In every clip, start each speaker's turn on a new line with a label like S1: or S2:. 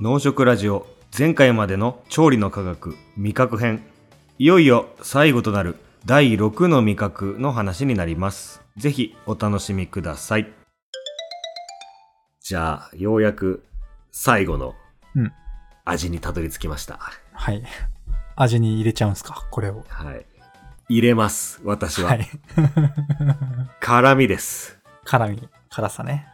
S1: 農食ラジオ前回までの調理の科学味覚編いよいよ最後となる第6の味覚の話になりますぜひお楽しみくださいじゃあようやく最後の
S2: うん
S1: 味にたどり着きました、
S2: はい。味に入れちゃうんすか、これを。
S1: はい入れます私は、
S2: はい。
S1: 辛味です
S2: 辛み、辛さね。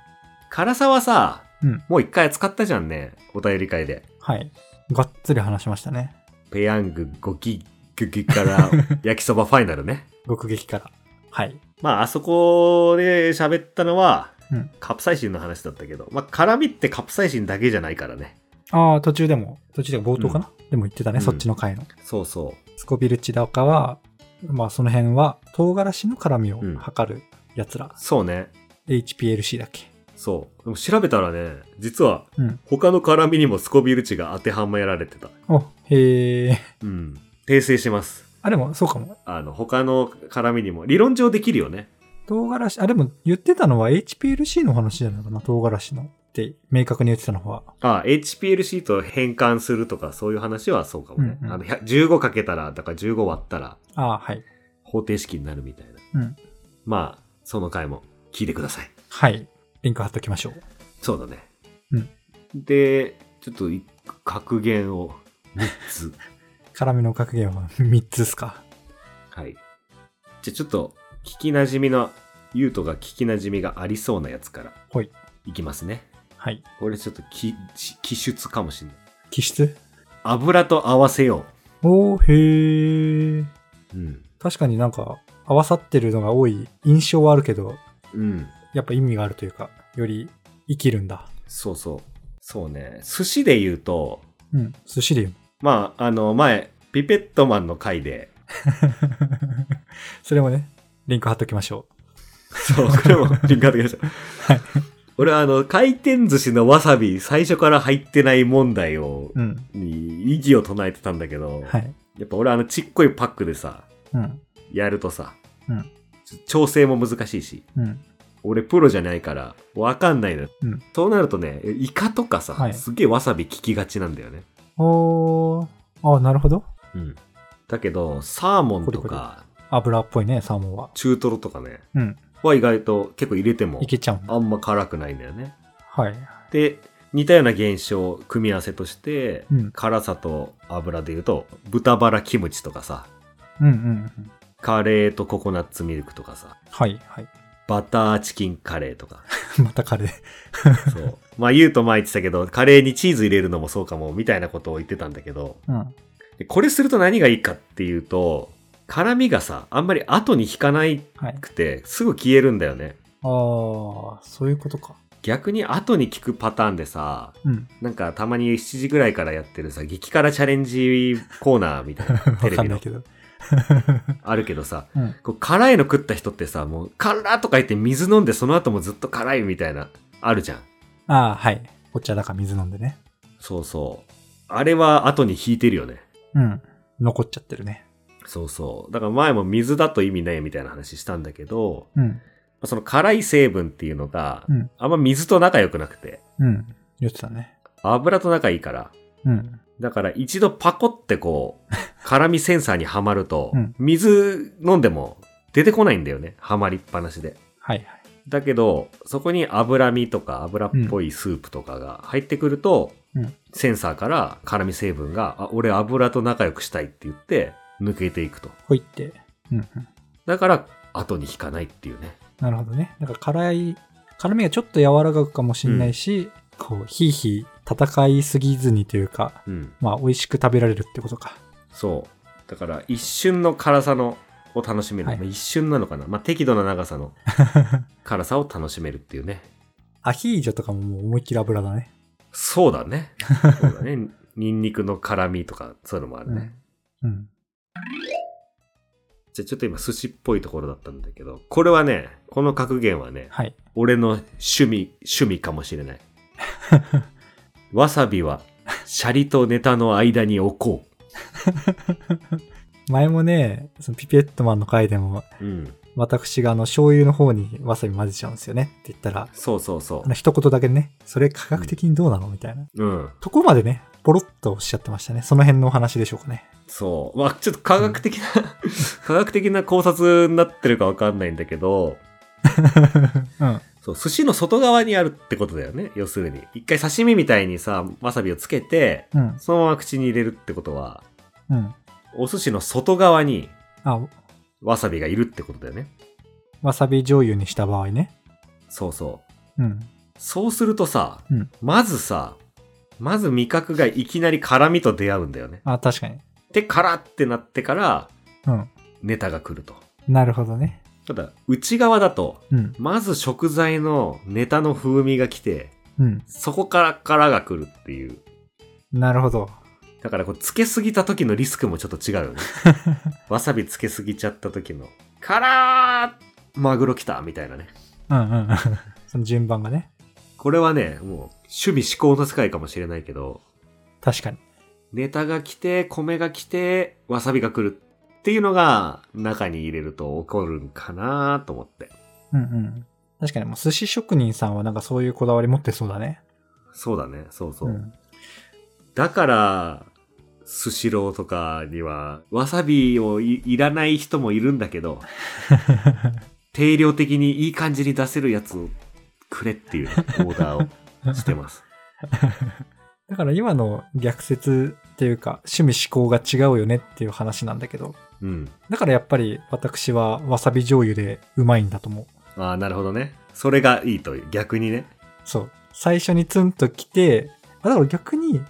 S1: 辛さはさ、
S2: うん
S1: もう一回使ったじゃんねお便り会で
S2: はい。がっつり話しましたね。
S1: ペヤングゴキグキから 焼きそばファイナルね
S2: 極撃から。はい。
S1: まああそこで喋ったのは、
S2: うん
S1: カプサイシンの話だったけどまあ辛味ってカプサイシンだけじゃないからね
S2: ああ、途中でも、途中でも冒頭かな、でも言ってた
S1: う
S2: ね、
S1: ん
S2: そっちの回の。
S1: そうそ
S2: スコビルチダカは、まあその辺は、唐辛子の辛みを
S1: うん
S2: 測るやつら
S1: う。そうね
S2: HPLC だっけ。
S1: そうでも調べたらね実は
S2: うん
S1: 他の辛味にもスコビル値が当てはめられてた
S2: お、へえ。
S1: うん訂正します
S2: あ、でも、そうかも。
S1: あの他の辛味にも理論上できるよね
S2: 唐辛子、あ、でも言ってたのは HPLC の話じゃないかな、唐辛子の。って、明確に言ってたのは。
S1: あ HPLC と変換するとかそういう話はそうかもね、
S2: うんうん
S1: あの100 15かけたらだから15割ったら
S2: ああ、はい。
S1: 方程式になるみたいな
S2: うん。
S1: まあその回も聞いてください
S2: はい。リンク貼っときましょう。
S1: そうだね
S2: うん
S1: でちょっとい格言を3つ
S2: 辛みの格言は3つっすか。
S1: はいじゃあちょっと聞きなじみのゆうとが聞きなじみがありそうなやつから
S2: ほい。
S1: いきますね
S2: はい。
S1: これちょっときし気出かもしんない
S2: 気質
S1: 油と合わせよ
S2: おー、へー。
S1: ううん
S2: 確かになんか、合わさってるのが多い印象はあるけど、
S1: うん
S2: やっぱ意味があるというか、より生きるんだ。
S1: そうそうそうね寿司で言うと
S2: うん。寿司で言う。
S1: まああの前ピペットマンの回で
S2: それもね、リンク貼っときましょ
S1: そう、これもリンク貼ってください。
S2: はい。
S1: 俺はあの、回転寿司のわさび、最初から入ってない問題を、
S2: う。うん。
S1: に意義を唱えてたんだけど、
S2: はい。
S1: やっぱ俺はあの、ちっこいパックでさ、
S2: うん。
S1: やるとさ、
S2: うん
S1: 調整も難しいし、
S2: うん。
S1: 俺プロじゃないから、わかんないのよ、
S2: うん
S1: そうなるとね、イカとかさ、
S2: はい
S1: すげえわさび効きがちなんだよね。
S2: おー。あ、なるほど。
S1: うんだけど、サーモンと
S2: コリコ
S1: か、
S2: 油っぽいね、サーモンは。
S1: 中トロとかね、
S2: うん。
S1: は意外と結構入れても
S2: い、けちゃうんだ。
S1: あんま辛くないんだよね。
S2: はい。
S1: で似たような現象組み合わせとして、
S2: うん
S1: 辛さと油でいうと豚バラキムチとかさ
S2: うんうんうん。
S1: カレーとココナッツミルクとかさ
S2: はい、はい。
S1: バターチキンカレーとか
S2: またカレー。
S1: そうまあ言うと前言ってたけどカレーにチーズ入れるのもそうかもみたいなことを言ってたんだけど
S2: うん。
S1: でこれすると何がいいかっていうと辛みがさあんまり後に引かな
S2: はい。
S1: くてすぐ消えるんだよね
S2: あー、そういうことか。
S1: 逆に後に効くパターンでさ
S2: うん。
S1: なんかたまに7時ぐらいからやってるさ激辛チャレンジコーナーみたいなテ
S2: わ
S1: レ
S2: か
S1: ビ
S2: んな
S1: の
S2: いけど。
S1: あるけどさ、
S2: うん
S1: こう辛いの食った人ってさ、もう、辛とか言って水飲んでその後もずっと辛いみたいな、あるじゃん。
S2: ああ、はい。お茶だから水飲んでね。
S1: そうそう。あれは後に引いてるよね。
S2: うん。残っちゃってるね。
S1: そうそう。だから前も水だと意味ないみたいな話したんだけど、
S2: うん。
S1: その辛い成分っていうのが、
S2: うん
S1: あんま水と仲良くなくて、
S2: うん。言ってたね。
S1: 油と仲いいから、
S2: うん。
S1: だから一度パコってこ う、辛味センサーにはまると、
S2: うん
S1: 水飲んでも出てこないんだよね。はまりっぱなしで。
S2: はいはい。
S1: だけど、そこに脂身とか油っぽいスープとかが入ってくると、
S2: うん
S1: センサーから辛味成分が、あ、俺油と仲良くしたいって言って、抜けていくと。
S2: ほいって。うんうん。
S1: だから、後に引かないっていうね。
S2: なるほどね。だから辛い、辛みがちょっと柔らかくかもしんないし、こう、ひいひい戦いすぎずにというか、
S1: うん。
S2: まあ、美味しく食べられるってことか。
S1: そう。だから、一瞬の辛さの、を楽しめる。
S2: はい
S1: まあ一瞬なのかな。まあ、適度な長 さの辛さを楽しめるっていうね。
S2: アヒージョとかももう思いっきり油だね。
S1: そうだね。そうだね。 ニンニクの辛味とか、そういうのもあるね。
S2: うん。
S1: じゃあちょっと今寿司っぽいところだったんだけど、これはね、この格言はね、
S2: はい。
S1: 俺の趣味、趣味かもしれない。わさびは、シャリとネタの間に置こ
S2: 前もね、そのピペットマンの回でも、
S1: う。うん。
S2: 私があの醤油の方にわさび混ぜちゃうんですよねって言ったら、
S1: そうそうそ
S2: あの一言だけね、それ科学的にどうなのみたいな。
S1: う。うん。
S2: とこまでね、ポロッとおっしゃってましたね。その辺のお話でしょうかね。
S1: そう。まあちょっと科学的な、科学的な考察になってるかわかんないんだけど、
S2: うん。
S1: そう、寿司の外側にあるってことだよね。要するに。一回刺身みたいにさ、わさびをつけて、
S2: うん。
S1: そのまま口に入れるってことは、
S2: うん。
S1: お寿司の外側に
S2: あ、
S1: わさびがいるってことだよね。
S2: わさび醤油にした場合ね。
S1: そうそう。
S2: うん。
S1: そうするとさ、
S2: うん
S1: まずさ、まず味覚がいきなり辛味と出会うんだよね。
S2: あ、確かに。
S1: で、辛ってなってから、
S2: うん。
S1: ネタが来ると。
S2: なるほどね。
S1: ただ、内側だと、
S2: うん。
S1: まず食材のネタの風味が来て、
S2: うん。
S1: そこからからが来るっていう。
S2: なるほど。
S1: だからこう、つけすぎた時のリスクもちょっと違うよ ね。わさびつけすぎちゃった時の、辛ーマグロ来たみたいなね。
S2: うんうんうん。 その順番がね。
S1: これはね、もう、趣味思考の世界かもしれないけど、
S2: 確かに。
S1: ネタが来て、米が来て、わさびが来るっていうのが、中に入れると起こるんかなと思って。
S2: うんうん。確かにもう寿司職人さんはなんかそういうこだわり持ってそうだね。
S1: そうだね、そうそう。
S2: ん。
S1: だから、スシローとかには、わさびをいいらない人もいるんだけど、定量的にいい感じに出せるやつをくれっていうオーダーをしてます。
S2: だから今の逆説っていうか、趣味思考が違うよねっていう話なんだけど。
S1: うん。
S2: だからやっぱり私はわさび醤油でうまいんだと思う。
S1: ああ、なるほどね。それがいいという、逆にね。
S2: そう。最初にツンと来て、あ、だから逆に、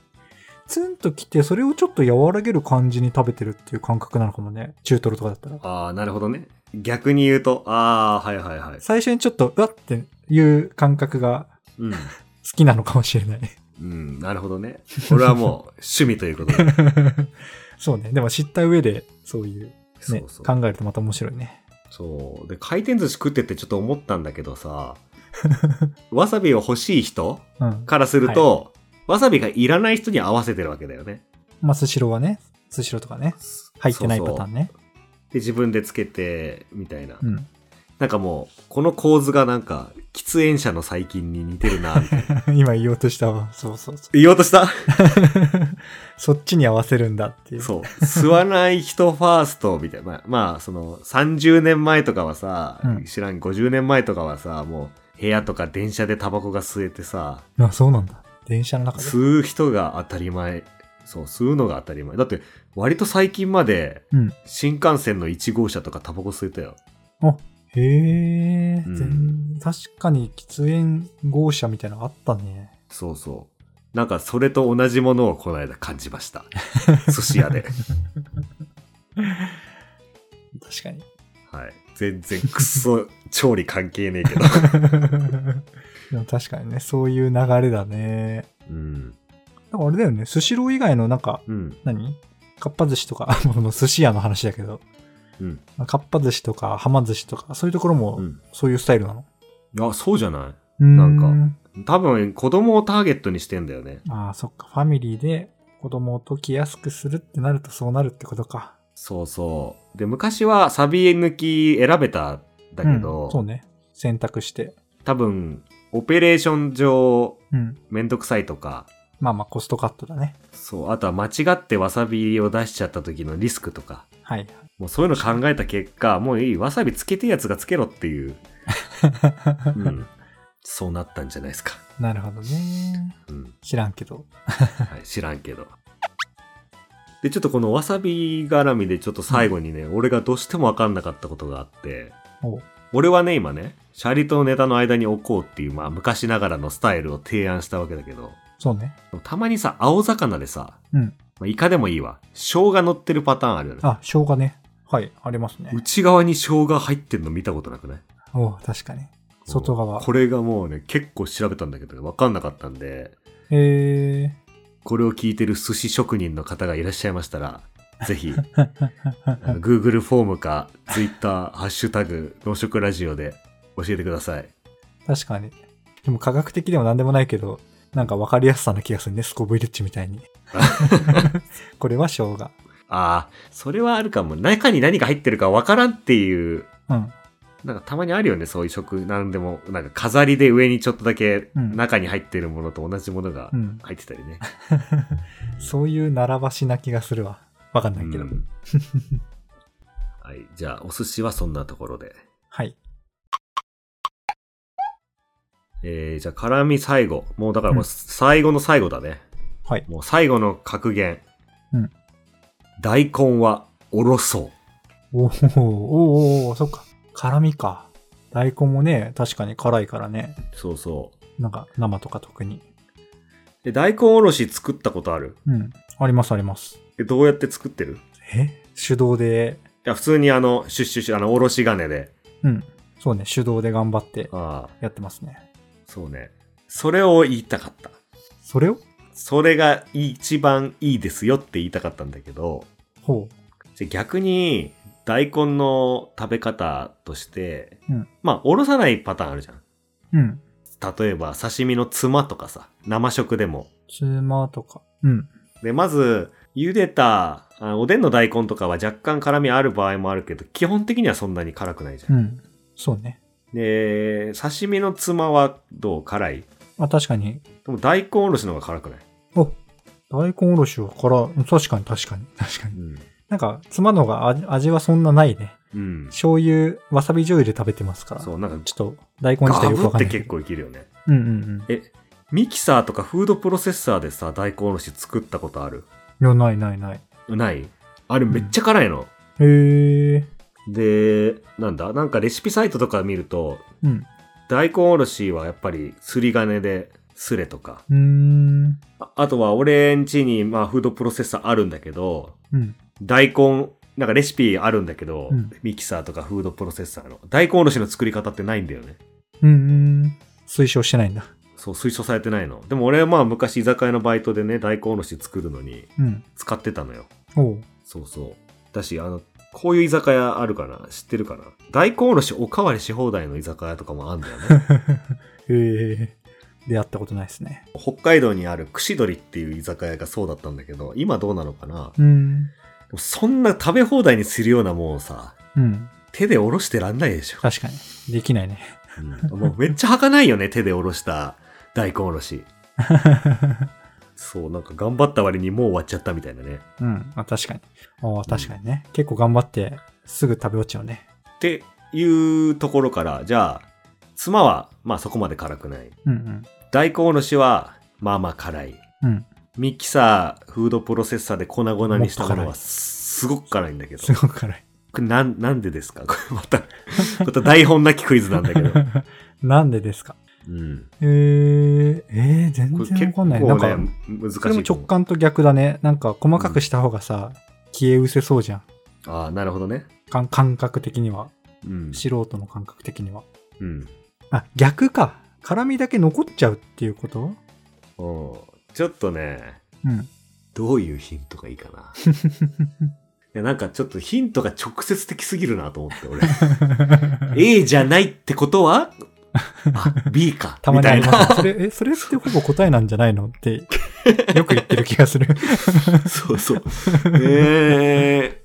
S2: ツンと来て、それをちょっと和らげる感じに食べてるっていう感覚なのかもね。中トロとかだったら。
S1: ああ、なるほどね。逆に言うと、ああ、はいはいはい。
S2: 最初にちょっと、うわっていう感覚が
S1: うん。
S2: 好きなのかもしれない。
S1: うん、なるほどね。これは もう趣味ということで。
S2: そうね。でも知った上で、そういう、ね、
S1: そうそう。
S2: 考えるとまた面白いね。
S1: そう。で、回転寿司食っててちょっと思ったんだけどさ、 わさびを欲しい人
S2: うん。
S1: からすると、わさびがいらない人に合わせてるわけだよね。
S2: まあ、スシローはね、スシローとかね、入ってないパター
S1: そうそう
S2: ンね。
S1: で、自分でつけて、みたいな。
S2: うん。
S1: なんかもう、この構図がなんか、喫煙者の細菌に似てるな、み たいな。
S2: 今言おうとしたわ。そうそう そう。
S1: 言おうとした
S2: そっちに合わせるんだっていう。
S1: そう。吸わない人ファーストみたいな。まあ、まあ、その、30年前とかはさ、
S2: うん
S1: 知らん、50年前とかはさ、もう、部屋とか電車でタバコが吸えてさ、
S2: あ、そうなんだ。電車の中で。
S1: 吸う人が当たり前。そう、吸うのが当たり前。だって、割と最近まで、
S2: うん。
S1: 新幹線の1号車とかタバコ吸えたよ。
S2: へえ、
S1: うん
S2: 全確かに喫煙号車みたいなのあったね。
S1: そうそう。なんか、それと同じものをこの間感じました。 寿司屋で。
S2: 確かに。
S1: はい。全然、くっそ、調理関係ねえけど。
S2: でも確かにね、そういう流れだね。
S1: うん。
S2: だからあれだよね、スシロー以外のなんか、
S1: うん。
S2: 何かっぱ寿司とか、 もうもう寿司屋の話だけど、
S1: うん。
S2: かっぱ寿司とか、はま寿司とか、そういうところ
S1: う
S2: も
S1: ん。
S2: そういうスタイルなの、
S1: あ、そうじゃない
S2: うん、
S1: なん多分子供をターゲットにしてんだよね。
S2: ああ、そっか、ファミリーで子供を解きやすくするってなるとそうなるってことか。
S1: そうそう。で、昔はサビ抜き選べたんだけど、
S2: うんそうね。選択して。
S1: 多分、オペレーション上
S2: うん。
S1: めんどくさいとか、
S2: まあまあ、コストカットだね。
S1: そう、あとは間違ってわさびを出しちゃった時のリスクとか、
S2: はい。
S1: もうそういうの考えた結果、もういい、わさびつけてやつがつけろっていう、 うん、そうなったんじゃないですか。
S2: なるほどね。
S1: うん、
S2: 知らんけど。
S1: はい、知らんけど。で、ちょっとこのわさび絡みでちょっと最後にね、俺がどうしてもわかんなかったことがあって、
S2: おう
S1: 俺はね、今ね、シャリとネタの間に置こうっていう、まあ、昔ながらのスタイルを提案したわけだけど、
S2: そうね。
S1: たまにさ、青魚でさ、
S2: うん。
S1: まあイカでもいいわ、生姜乗ってるパターンあるよね。
S2: あ、生姜ね。はい、ありますね。
S1: 内側に生姜入ってんの見たことなくない
S2: おう確かに。外側
S1: これがもうね、結構調べたんだけど、わかんなかったんで、
S2: へえ。
S1: これを聞いてる寿司職人の方がいらっしゃいました ら、ぜひ、あの Google フォームか Twitter、ハッシュタグ、農食ラジオで教えてください。
S2: 確かに。でも科学的でも何でもないけど、なんか分かりやすさな気がするね。スコブリッチみたいに。これは生姜。
S1: ああ、それはあるかも。中に何が入ってるかわからんっていう
S2: うん。
S1: なんかたまにあるよね、そういう食、なんでも、なんか飾りで上にちょっとだけ
S2: うん
S1: 中に入ってるものと同じものが
S2: うん。
S1: 入ってたり ね。
S2: そういう並ばしな気がするわ。わかんないけど。
S1: うん はい、じゃあお寿司はそんなところで。
S2: はい。
S1: えー、じゃあ辛味最後。もうだからこ
S2: うん
S1: れ最後の最後だね。
S2: はい。
S1: もう最後の格言。
S2: うん
S1: 大根はおろそう。
S2: おーおーおーそっか。辛味か。大根もね、確かに辛いからね。
S1: そうそう。
S2: なんか生とか特に。
S1: え、大根おろし作ったことある
S2: うん。ありますあります。
S1: え、どうやって作ってるい
S2: え手動で、
S1: や、普通にあの、シュッシュッシュ、あの、おろし金で。
S2: うん。そうね、手動で頑張って
S1: ああ、
S2: やってますね。
S1: そうね。それを言いたかった。
S2: それを
S1: それが一番いいですよって言いたかったんだけど、
S2: ほ
S1: じゃあ逆に、大根の食べ方として、
S2: うん
S1: まあ、おろさないパターンあるじゃん。
S2: う。うん。
S1: 例えば、刺身のつまとかさ、生食でも。
S2: つまとか。うん。
S1: で、まず、茹でた、あおでんの大根とかは若干辛みある場合もあるけど、基本的にはそんなに辛くないじゃん。
S2: うん。そうね。
S1: で、刺身のつまはどう辛い
S2: まあ確かに、
S1: でも大根おろしの方が辛くない、
S2: お大根おろしは辛い。うん確かに確かに。確かに。
S1: ん、
S2: なんか、つまの方が味味はそんなないね。
S1: うん。
S2: 醤油、わさび醤油で食べてますから。
S1: そう、なんか、
S2: ちょっと、大根自体
S1: ガ
S2: よく
S1: ブ
S2: わ
S1: っ
S2: かん
S1: て
S2: ないけ
S1: 結
S2: ど。
S1: 構いけるよね。
S2: うんうんうん。
S1: ミキサーとかフードプロセッサーでさ、大根おろし作ったことある
S2: いや、ないないない。
S1: ないあれめっちゃ辛いの。
S2: へえ。
S1: で、なんだなんかレシピサイトとか見ると、
S2: うん。
S1: 大根おろしはやっぱりすり金で、すれとか。
S2: うーん。
S1: ああとは俺ん家に、まあ、フードプロセッサーあるんだけど、
S2: うん。
S1: 大根、なんかレシピあるんだけど、
S2: うん
S1: ミキサーとかフードプロセッサーの。大根おろしの作り方ってないんだよね。
S2: うんうん。推奨してないんだ。
S1: そう、推奨されてないの。でも俺はまあ昔居酒屋のバイトでね、大根おろし作るのに
S2: うん。
S1: 使ってたのよ。
S2: おう。
S1: そうそう。だし、あの、こういう居酒屋あるかな知ってるかな大根おろしおかわりし放題の居酒屋とかもあるんだよね。
S2: へえ。出会ったことないですね。
S1: 北海道にある串鳥っていう居酒屋がそうだったんだけど、今どうなのかな
S2: うん。
S1: でもそんな食べ放題にするようなもうさ、
S2: うん。
S1: 手でおろしてらんないでしょ。
S2: 確かに。できないね。
S1: うんもうめっちゃ儚いよね、手でおろした大根おろ し。そう、なんか頑張った割にもう終わっちゃったみたいなね。
S2: うん。あ、確かに。ああ、確かにね。結構頑張って、すぐ食べ落ちちゃうね。
S1: っていうところから、じゃあ、妻は、まあそこまで辛くない。
S2: うん
S1: 大根おろしは、まあまあ辛い。
S2: うん。うん。
S1: ミキサー、フードプロセッサーで粉々にしたも
S2: もっ
S1: の
S2: と辛
S1: はいすすごく辛いんだけど。
S2: すごく辛い。
S1: これなん、なんでですか これまた、また台本なきクイズなんだけど。
S2: なんでですか
S1: うん。
S2: えー、えー、全
S1: これ
S2: 然
S1: 結
S2: わか
S1: 構
S2: んな
S1: ね、
S2: い。なんか、
S1: 難しい
S2: それも
S1: と
S2: 直
S1: 思う。
S2: 感と逆だね。なんか、細かくした方がさ、消え失せそうじゃん。
S1: ああ、なるほどね。
S2: 感感覚的には。
S1: うん。
S2: 素人の感覚的には。
S1: うん。
S2: あ、逆か。辛みだけ残っちゃうっていうこと
S1: おうちょっとね、
S2: うん。
S1: どういうヒントがいいか な。いやなんかちょっとヒントが直接的すぎるなと思って、俺。A じゃないってことはあ B か。
S2: たまにあり
S1: みたい
S2: ますね。それ、え、それってほぼ答えなんじゃないのって、よく言ってる気がする。
S1: な。 そうそう。え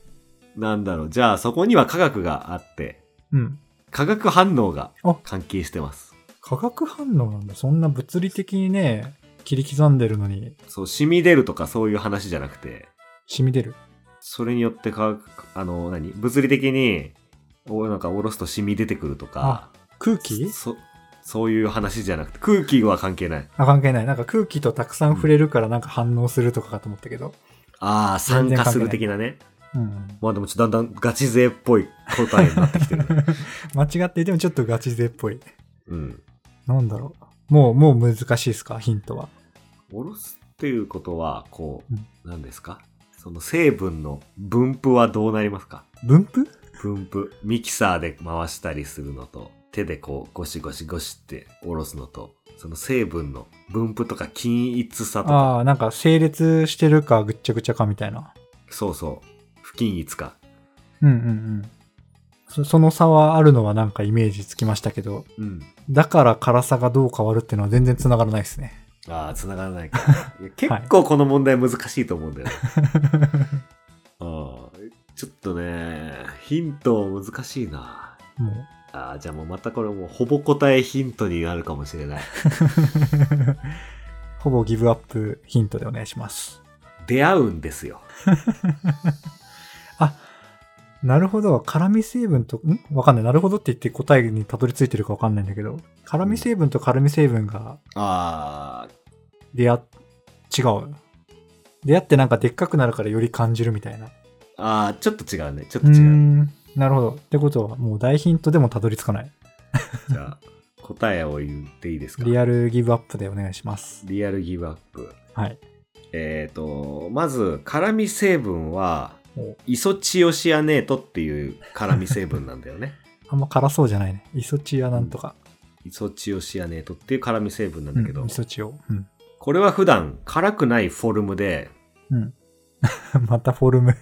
S1: ー、なんだろう。じゃあそこには科学があって、
S2: うん。
S1: 化学反応が
S2: あ
S1: 関係してます。
S2: 化学反応なんだ。そんな物理的にね、切り刻んでるのに
S1: そう、染み出るとかそういう話じゃなくて、
S2: 染み出る。
S1: それによって化学、あの、何物理的に、おなんかおろすと染み出てくるとか、
S2: 空気
S1: そそういう話じゃなくて、空気は関係ない。
S2: あ、関係ない。なんか空気とたくさん触れるからなんか反応するとかかと思ったけど。
S1: ああ、
S2: 全
S1: 酸
S2: 然
S1: 化
S2: 関
S1: す
S2: 係ない
S1: る的なね。
S2: うん。
S1: まあでもちょっとだんだんガチ勢っぽい答えになってき てる。
S2: 間違っていてもちょっとガチ勢っぽい。
S1: うん。
S2: なんだろう。もう、もう難しいですかヒントは。
S1: おろすっていうことは、こ
S2: うん
S1: う、何ですかその成分の分布はどうなりますか
S2: 分布
S1: 分布。ミキサーで回したりするのと、手でこう、ゴシゴシゴシっておろすのと、その成分の分布とか均一さとか、
S2: ああ、なんか整列してるかぐっちゃぐちゃかみたいな。
S1: そうそう、不均一か。
S2: うんうんうん。そその差はあるのはなんかイメージつきましたけど、
S1: うん。
S2: だから辛さがどう変わるっていうのは全然繋がらないですね。
S1: ああ、繋がらない か。いや結構この問題難しいと思うんだよ ね。ああ、ちょっとね、ヒント難しいな。
S2: もう、
S1: ああ、じゃあもうまたこれもうほぼ答えヒントになるかもしれない。
S2: ほぼギブアップヒントでお願いします。
S1: 出会うんですよ。
S2: なるほど。辛味成分と、んわかんない。なるほどって言って答えにたどり着いてるかわかんないんだけど、辛味成分と辛味成分が
S1: ああ、
S2: 出会っ、違う。出会ってなんかでっかくなるからより感じるみたいな。
S1: ああ、ちょっと違うね。ちょっ
S2: う
S1: と
S2: ー
S1: 違う。
S2: ん。なるほど。ってことは、もう大ヒントでもたどり着かない。
S1: じゃあ、答えを言っていいですか
S2: リアルギブアップでお願いします。
S1: リアルギブアップ。
S2: はい。
S1: えっ、と、まず、辛味成分は
S2: お、
S1: イソチオシアネートっていう辛味成分なんだよ ね。
S2: あんま辛そうじゃないね。イソチアなんとか。
S1: イソチオシアネートっていう辛味成分なん
S2: う
S1: だ
S2: ん
S1: けど、
S2: イソチオ。うん。
S1: これは普段辛くないフォルムで、
S2: またフォルム。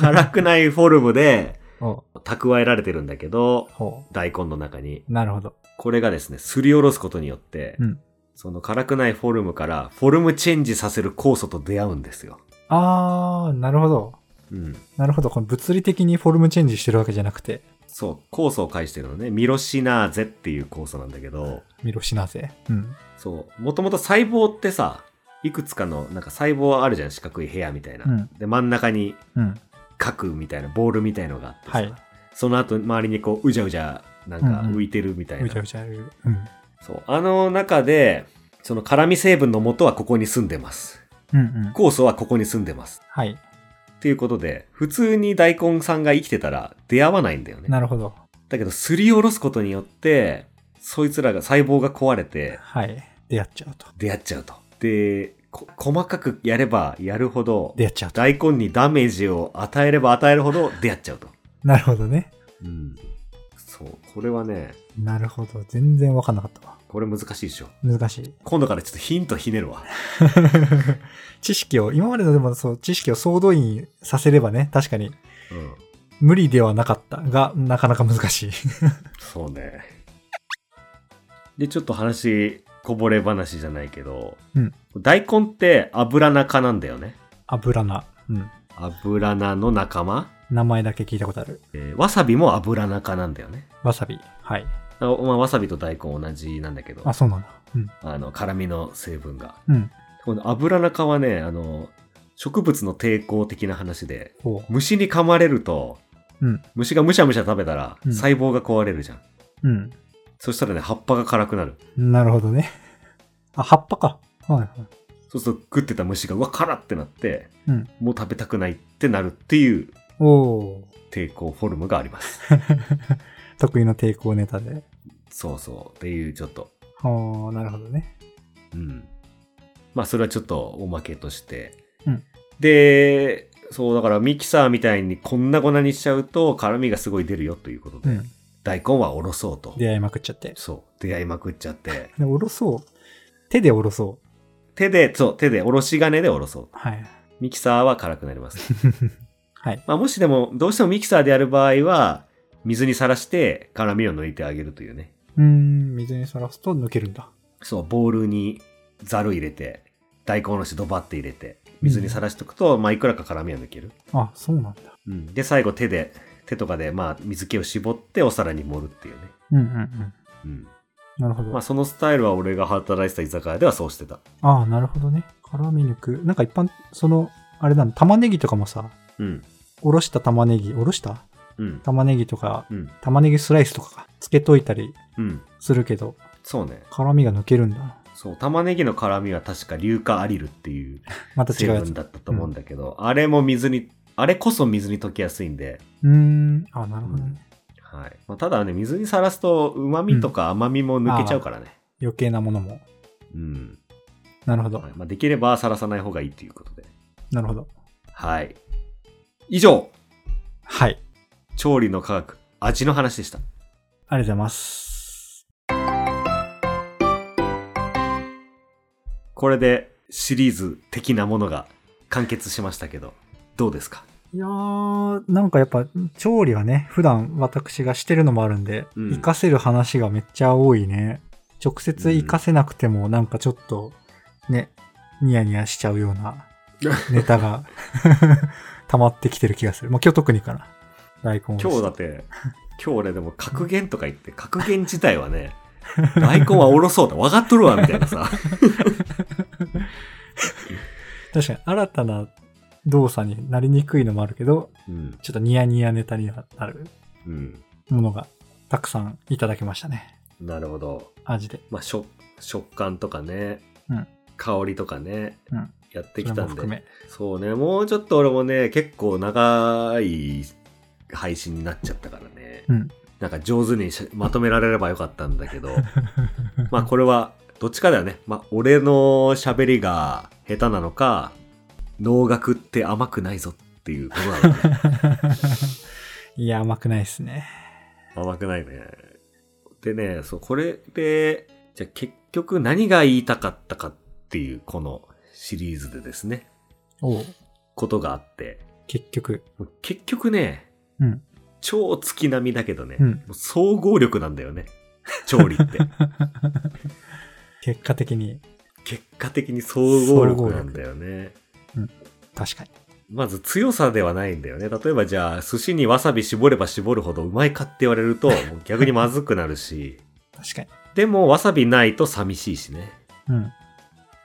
S1: 辛くないフォルムで
S2: お
S1: 蓄えられてるんだけど、
S2: ほ
S1: 大根の中に。
S2: う。なるほど。
S1: これがですね、すりおろすことによって、
S2: うん
S1: その辛くないフォルムからフォルムチェンジさせる酵素と出会うんですよ。
S2: あー、なるほど。
S1: うん。
S2: なるほど。この物理的にフォルムチェンジしてるわけじゃなくて、
S1: そう、酵素を介してるのね、ミロシナーゼっていう酵素なんだけど、
S2: ミロシナゼ。うん。
S1: そう、もともと細胞ってさ、いくつかの、なんか細胞あるじゃん、四角い部屋みたいな。
S2: うん
S1: で、真ん中に
S2: うん。
S1: 核みたいな、ボールみたいのがあってさ、
S2: はい
S1: その後周りにこう、うじゃうじゃ、なんか
S2: うんうん
S1: 浮いてるみたいな。
S2: うちゃうちゃある。うん。
S1: そう、あの中で、その辛味成分の元はここに住んでます。
S2: うんうん。
S1: 酵素はここに住んでます。
S2: はい。
S1: っていうことで、普通に大根さんが生きてたら出会わないんだよね。
S2: なるほど。
S1: だけど、すりおろすことによって、そいつらが細胞が壊れて
S2: はい。出会っちゃうと。
S1: 出会っちゃうと。で、こ細かくやればやるほど、
S2: 出会っちゃうと。
S1: 大根にダメージを与えれば与えるほど出会っちゃうと。
S2: なるほどね。
S1: うん。そう、これはね、
S2: なるほど。全然わかんなかったわ。
S1: これ難しいでしょ。
S2: 難し い。
S1: 今度からちょっとヒントひねるわ。
S2: 知識を、今までのでもそう、知識を総動員させればね、確かに
S1: うん。
S2: 無理ではなかったが、なかなか難 しい。
S1: そうね。で、ちょっと話、こぼれ話じゃないけど、
S2: うん
S1: 大根って油中なんだよね。
S2: 油菜。うん。
S1: 油菜の仲間、
S2: 名前だけ聞いたことある。
S1: えーわさびも油中なんだよね。
S2: わさび。はい。
S1: あまあ、わさびと大根同じなんだけど、
S2: あ、
S1: あ
S2: そうなんだ。うん。
S1: の、辛みの成分が。
S2: うん。
S1: この油中はね、あの、植物の抵抗的な話で、
S2: ほう。
S1: 虫に噛まれると、
S2: うん
S1: 虫がむしゃむしゃ食べたら、
S2: うん
S1: 細胞が壊れるじゃん。
S2: うん。
S1: そしたらね、葉っぱが辛くなる。
S2: なるほどね。 あ、葉っぱか。はいはい。
S1: そうすると食ってた虫が、うわ、辛ってなって、
S2: うん
S1: もう食べたくないってなるっていう
S2: おお
S1: 抵抗フォルムがあります。
S2: ー。得意の抵抗ネタで。
S1: そうそう。っていう、ちょっと。
S2: はあ、なるほどね。
S1: うん。まあ、それはちょっとおまけとして。
S2: うん
S1: で、そう、だからミキサーみたいにこんな粉にしちゃうと、辛みがすごい出るよということ
S2: う
S1: で、
S2: ん。
S1: 大根はおろそうと。
S2: 出会いまくっちゃって。
S1: そう。出会いまくっちゃって。
S2: で、おろそう。手でおろそう。
S1: 手で、そう、手で、おろし金でおろそう。
S2: はい。
S1: ミキサーは辛くなります。
S2: はい。
S1: まあ、もしでも、どうしてもミキサーでやる場合は、水にさらして、辛みを抜いてあげるというね。
S2: うーん、水にさらすと抜けるんだ。
S1: そう、ボウルにざる入れて、大根おろしドバって入れて、水にさらしとくと、まあ、いくらか辛みは抜ける。
S2: あ、そうなんだ。
S1: うん。で、最後手で、手とかで、まあ、水気を絞ってお皿に盛るっていうね。
S2: うんうんうん。
S1: うん。
S2: なるほど。
S1: まあ、そのスタイルは俺が働いてた居酒屋ではそうしてた。
S2: ああ、なるほどね。辛み肉。なんか一般、その、あれなの、玉ねぎとかもさ、
S1: うん。
S2: おろした玉ねぎ、おろした
S1: うん。
S2: 玉ねぎとか、
S1: うん。
S2: 玉ねぎスライスとかか、つけといたり
S1: うん。
S2: するけど、
S1: そうね。
S2: 辛みが抜けるんだ。
S1: そう、玉ねぎの辛みは確か硫化アリルっていう
S2: また違
S1: 成
S2: うやつ
S1: 分。だったと思うんだけど、あれも水に、あれこそ水に溶けやすいんで、
S2: うーん。あ、なるほどね。
S1: はい。まあ、ただね、水にさらすと、旨味とか甘みも抜けちゃうからね。
S2: 余計なものも。
S1: うん。
S2: なるほど
S1: は。いまあ、できればさらさない方がいいということで。
S2: なるほど。
S1: はい。以上、
S2: はい。
S1: 調理の科学、味の話でした。
S2: ありがとうございます。
S1: これでシリーズ的なものが完結しましたけど、どうですか
S2: いやー、なんかやっぱ、調理はね、普段私がしてるのもあるんで、
S1: うん
S2: 活かせる話がめっちゃ多いね。直接活かせなくても、なんかちょっと、ね、ニヤニヤしちゃうよ うなネタ が溜まってきてる気がする。まあ今日特にかな。大根おろし
S1: 今日だって、今日俺でも格言とか言って、格言自体はね、大根はおろそうだ、分かっとるわ、みたいな さ。
S2: 確かに新たな動作になりにくいのもあるけど、
S1: うん、
S2: ちょっとニヤニヤネタにはなる
S1: うん。
S2: ものがたくさんいただきましたね。
S1: なるほど。
S2: 味で。
S1: まあ、食、食感とかね、
S2: うん
S1: 香りとかね、
S2: うん
S1: やってき
S2: それ
S1: た
S2: も
S1: んで
S2: 含。め。
S1: そうね、もうちょっと俺もね、結構長い配信になっちゃったからね。
S2: うん
S1: なんか上手にしまとめられればよかったんだけど、 まあこれはどっちかだよね。まあ俺の喋りが下手なのか、能楽って甘くないぞっていうことな の、ね、
S2: いや、甘くないですね。
S1: 甘くないね。でね、そう、これで、じゃあ結局何が言いたかったかっていうこのシリーズでですね、
S2: おう
S1: ことがあって、
S2: 結局。
S1: もう結局ね、
S2: うん
S1: 超月並みだけどね、
S2: うん
S1: もう総合力なんだよ ね。調理って。
S2: 結果的に、
S1: 結果的に総合力なんだよね。
S2: 確かに。
S1: まず強さではないんだよね。例えばじゃあ、寿司にわさび絞れば絞るほどうまいかって言われる と、もう逆にまずくなるし、
S2: 確かに。
S1: でもわさびないと寂しいしね。
S2: うん。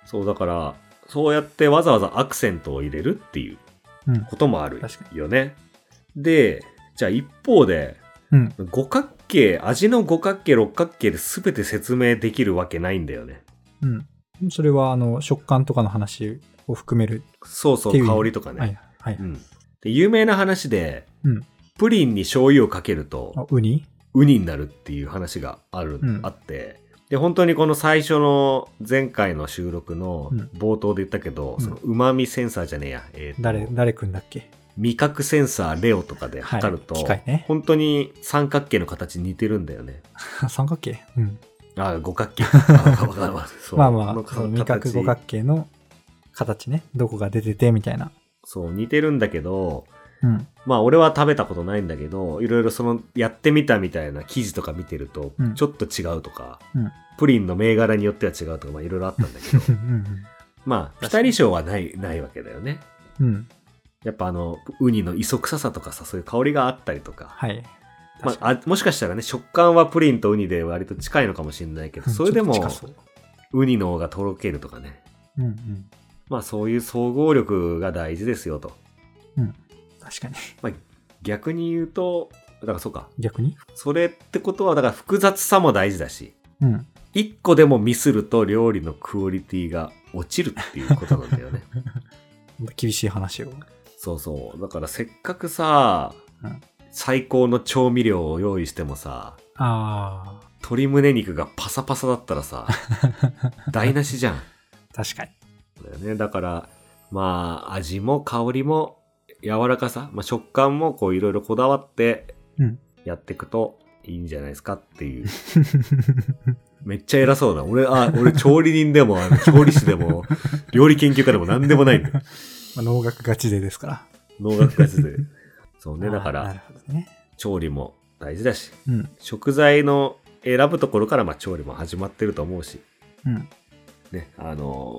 S1: そうだから、そうやってわざわざアクセントを入れるっていう
S2: うん。
S1: こともある
S2: 確か
S1: よね。で、じゃあ一方で、
S2: うん。
S1: 五角形、味の五角形、六角形で全て説明できるわけないんだよね。
S2: うん。それは、あの、食感とかの話を含める。
S1: そうそ
S2: っていう
S1: う、
S2: 意味
S1: 香りとかね。
S2: はい。はい。
S1: うんで有名な話で、
S2: うん
S1: プリンに醤油をかける
S2: あ
S1: と、
S2: ウニ
S1: ウニになるっていう話がある、
S2: うん
S1: あって、で、本当にこの最初の前回の収録の
S2: うん
S1: 冒頭で言ったけど、
S2: うん
S1: その旨味センサーじゃねえや、えーと
S2: 誰、誰くんだっけ
S1: 味覚センサーレオとかで測ると、
S2: はい機械ね
S1: 本当に三角形の形似てるんだよね。
S2: あ三角形うん。
S1: あ五角 形。あわかんないそう
S2: まあま
S1: この
S2: あ、そ
S1: 形
S2: の味覚五角形の形ね。どこが出てて、みたいな。
S1: そう、似てるんだけど、
S2: うん。
S1: まあ俺は食べたことないんだけど、いろいろそのやってみたみたいな記事とか見てると
S2: うん、
S1: ちょっと違うとか、
S2: うん
S1: プリンの銘柄によっては違うとか、まあいろいろあったんだ けど、
S2: うん。
S1: まあ、ピタリ賞はない、ないわけだよね。
S2: うん。
S1: やっぱあの、ウニの磯臭さとかさ、そういう香りがあったりとか、
S2: はい。
S1: ま
S2: 確かに
S1: あ、あもしかしたらね、食感はプリンとウニで割と近いのかもしれないけど、
S2: うん
S1: それでも
S2: ちょっと近そう
S1: ウニの方がとろけるとかね、
S2: うんうん。
S1: まあそういう総合力が大事ですよと。
S2: 確かに。
S1: 逆に言うと、だからそうか、
S2: 逆に
S1: それってことは、だから複雑さも大事だし、
S2: うん。
S1: 一個でもミスると料理のクオリティが落ちるっていうことなんだ よね。
S2: 厳しい話を。
S1: そうそう。だからせっかくさ、
S2: うん
S1: 最高の調味料を用意してもさ、
S2: ああ、
S1: 鶏胸肉がパサパサだったら さ、台無しじゃん。
S2: 確かに。
S1: だよね。だから、まあ、味も香りも柔らかさ、まあ、食感もこういろいろこだわって
S2: うん
S1: やっていくといいんじゃないですかっていう。 めっちゃ偉そうだ。俺、あ、俺調理人でも、あの調理師でも、料理研究家でも何でもないんだよ。
S2: まあ、能楽ガチ勢ですから。
S1: 農学科で。そうね、
S2: あー
S1: だか
S2: なる
S1: ら、
S2: ほどね。
S1: 調理も大事だし、
S2: うん。
S1: 食材の選ぶところから、まあ、調理も始まってると思うし、
S2: うん。
S1: ね、あの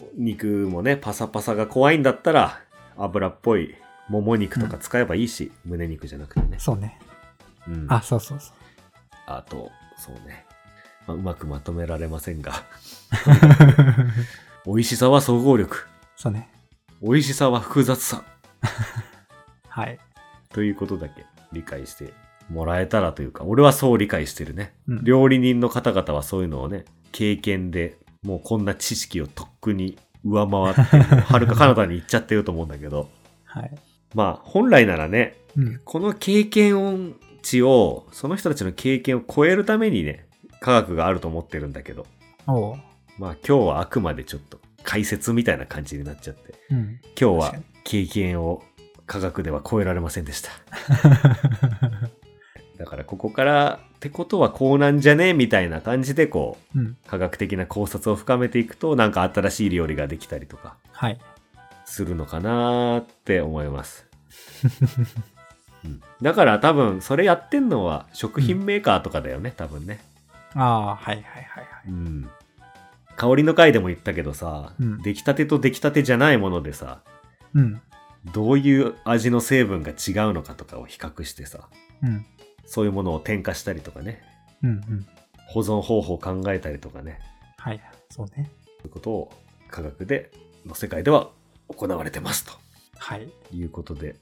S1: ー肉もね、パサパサが怖いんだったら、油っぽいもも肉とか使えばいいし、胸肉じゃなくてね。
S2: そうね。
S1: うん、
S2: あ、そうそうそう。
S1: あと、そうね。まあうまくまとめられませんが、美味しさは総合力、
S2: そうね。
S1: 美味しさは複雑さ、
S2: はい。
S1: ということだけ理解してもらえたらというか、俺はそう理解してるね。
S2: うん
S1: 料理人の方々はそういうのをね、経験でもうこんな知識をとっくに上回って、はるか彼方に行っちゃってると思うんだけど、
S2: はい。
S1: まあ本来ならね、
S2: うん。
S1: この経験値を、その人たちの経験を超えるためにね、科学があると思ってるんだけど、
S2: おう。
S1: まあ今日はあくまでちょっと解説みたいな感じになっちゃって、
S2: うん。
S1: 今日
S2: 確か
S1: は経験を科学では超えられませんでした。 だからここからってことはこうなんじゃねみたいな感じでこう
S2: うん。
S1: 科学的な考察を深めていくとなんか新しい料理ができたりとか
S2: はい。
S1: するのかなーって思います、うんだから多分それやってんのは食品メーカーとかだよね、多分ね、
S2: ああ、はいはいはいはい。
S1: うん、香りの回でも言ったけどさ、
S2: うん
S1: 出来たてと出来たてじゃないものでさ
S2: うん。
S1: どういう味の成分が違うのかとかを比較してさ
S2: うん。
S1: そういうものを添加したりとかね、
S2: うんうん。
S1: 保存方法を考えたりとかね、
S2: はい。そうね。
S1: そういうことを科学で、の世界では行われてますと
S2: はい。
S1: いうことで、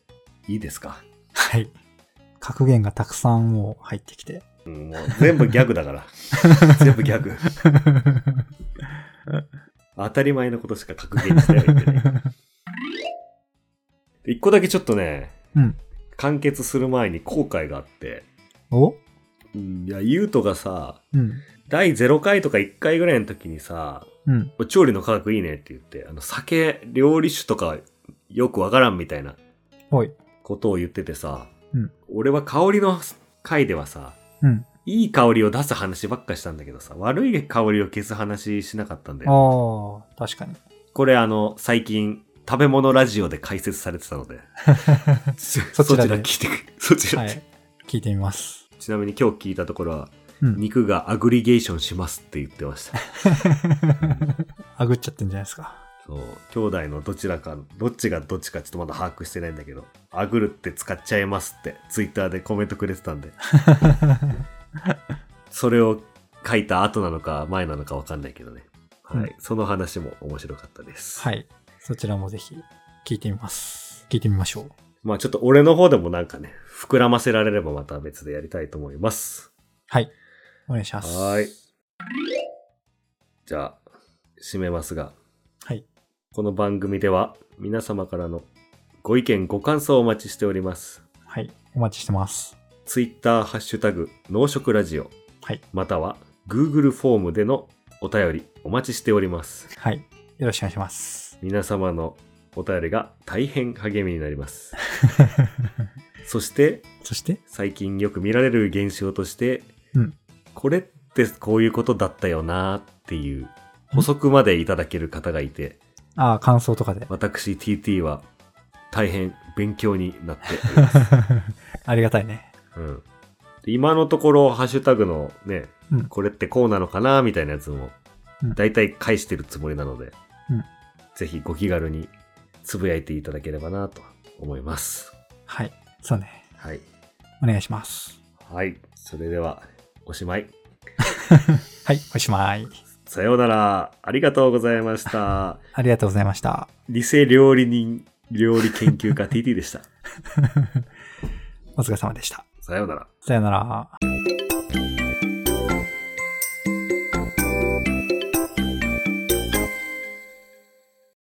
S1: いいですか
S2: はい。格言がたくさんもう入ってきて。
S1: うんもう全部ギャグだ から。全部ギャグ。当たり前のことしか格言にしては言ってない。一個だけちょっとね、
S2: うん
S1: 完結する前に後悔があって、
S2: お
S1: うん、いや、ゆうとがさ、
S2: うん。
S1: 第0回とか1回ぐらいの時にさ、
S2: うん。
S1: 調理の科学いいねって言って、あの、酒、料理酒とかよくわからんみたいな
S2: はい。
S1: ことを言っててさ、
S2: うん
S1: 俺は香りの回ではさ、
S2: うん。
S1: いい香りを出す話ばっかしたんだけどさ、悪い香りを消す話しなかったんだよ。
S2: ああ、確かに。
S1: これあの、最近、食べ物ラジオで解説されてたので、そ
S2: そちらで
S1: 聞いてく、 そちら
S2: は
S1: で、
S2: い。聞いてみます。
S1: ちなみに今日聞いたところは、
S2: うん。
S1: 肉がアグリゲーションしますって言ってました。
S2: あぐっちゃってんじゃないですか。
S1: そう、兄弟のどちらか、どっちがどっちかちょっとまだ把握してないんだけど、アグルって使っちゃいますって、ツイッターでコメントくれてたん で、それを書いた後なのか前なのかわかんないけどね。はい、
S2: うん
S1: その話も面白かったです。
S2: はい。そちらもぜひ聞いてみます。聞いてみましょう。
S1: まあちょっと俺の方でもなんかね、膨らませられればまた別でやりたいと思います。
S2: はい。お願いします。
S1: はーい。じゃあ、締めますが、
S2: はい。
S1: この番組では皆様からのご意見ご感想をお待ちしております。
S2: はい。お待ちしてます。
S1: ツイッターハッシュタグ、農食ラジオ、
S2: はい。
S1: または Google フォームでのお便りお待ちしております。
S2: はい。よろしくお願いします。
S1: 皆様のお便りが大変励みになり ます。そして、
S2: そして、
S1: 最近よく見られる現象として、
S2: うん
S1: これってこういうことだったよなっていう補足までいただける方がいて、
S2: ああ、感想とかで。
S1: 私 TT は大変勉強になっており ます。
S2: ありがたいね。
S1: うん、で今のところハッシュタグのね、
S2: うん
S1: これってこうなのかなみたいなやつも
S2: うん
S1: 大体返してるつもりなので、
S2: うん
S1: ぜひご気軽につぶやいていただければなと思います。
S2: はい。そうね。
S1: はい。
S2: お願いします。
S1: はい。それでは、おしまい。
S2: はい。おしまい。
S1: さようなら。ありがとうございました。
S2: ありがとうございました。
S1: 理性料理人、料理研究家 TT でした。
S2: お疲れ様でした。
S1: さようなら。
S2: さよなら。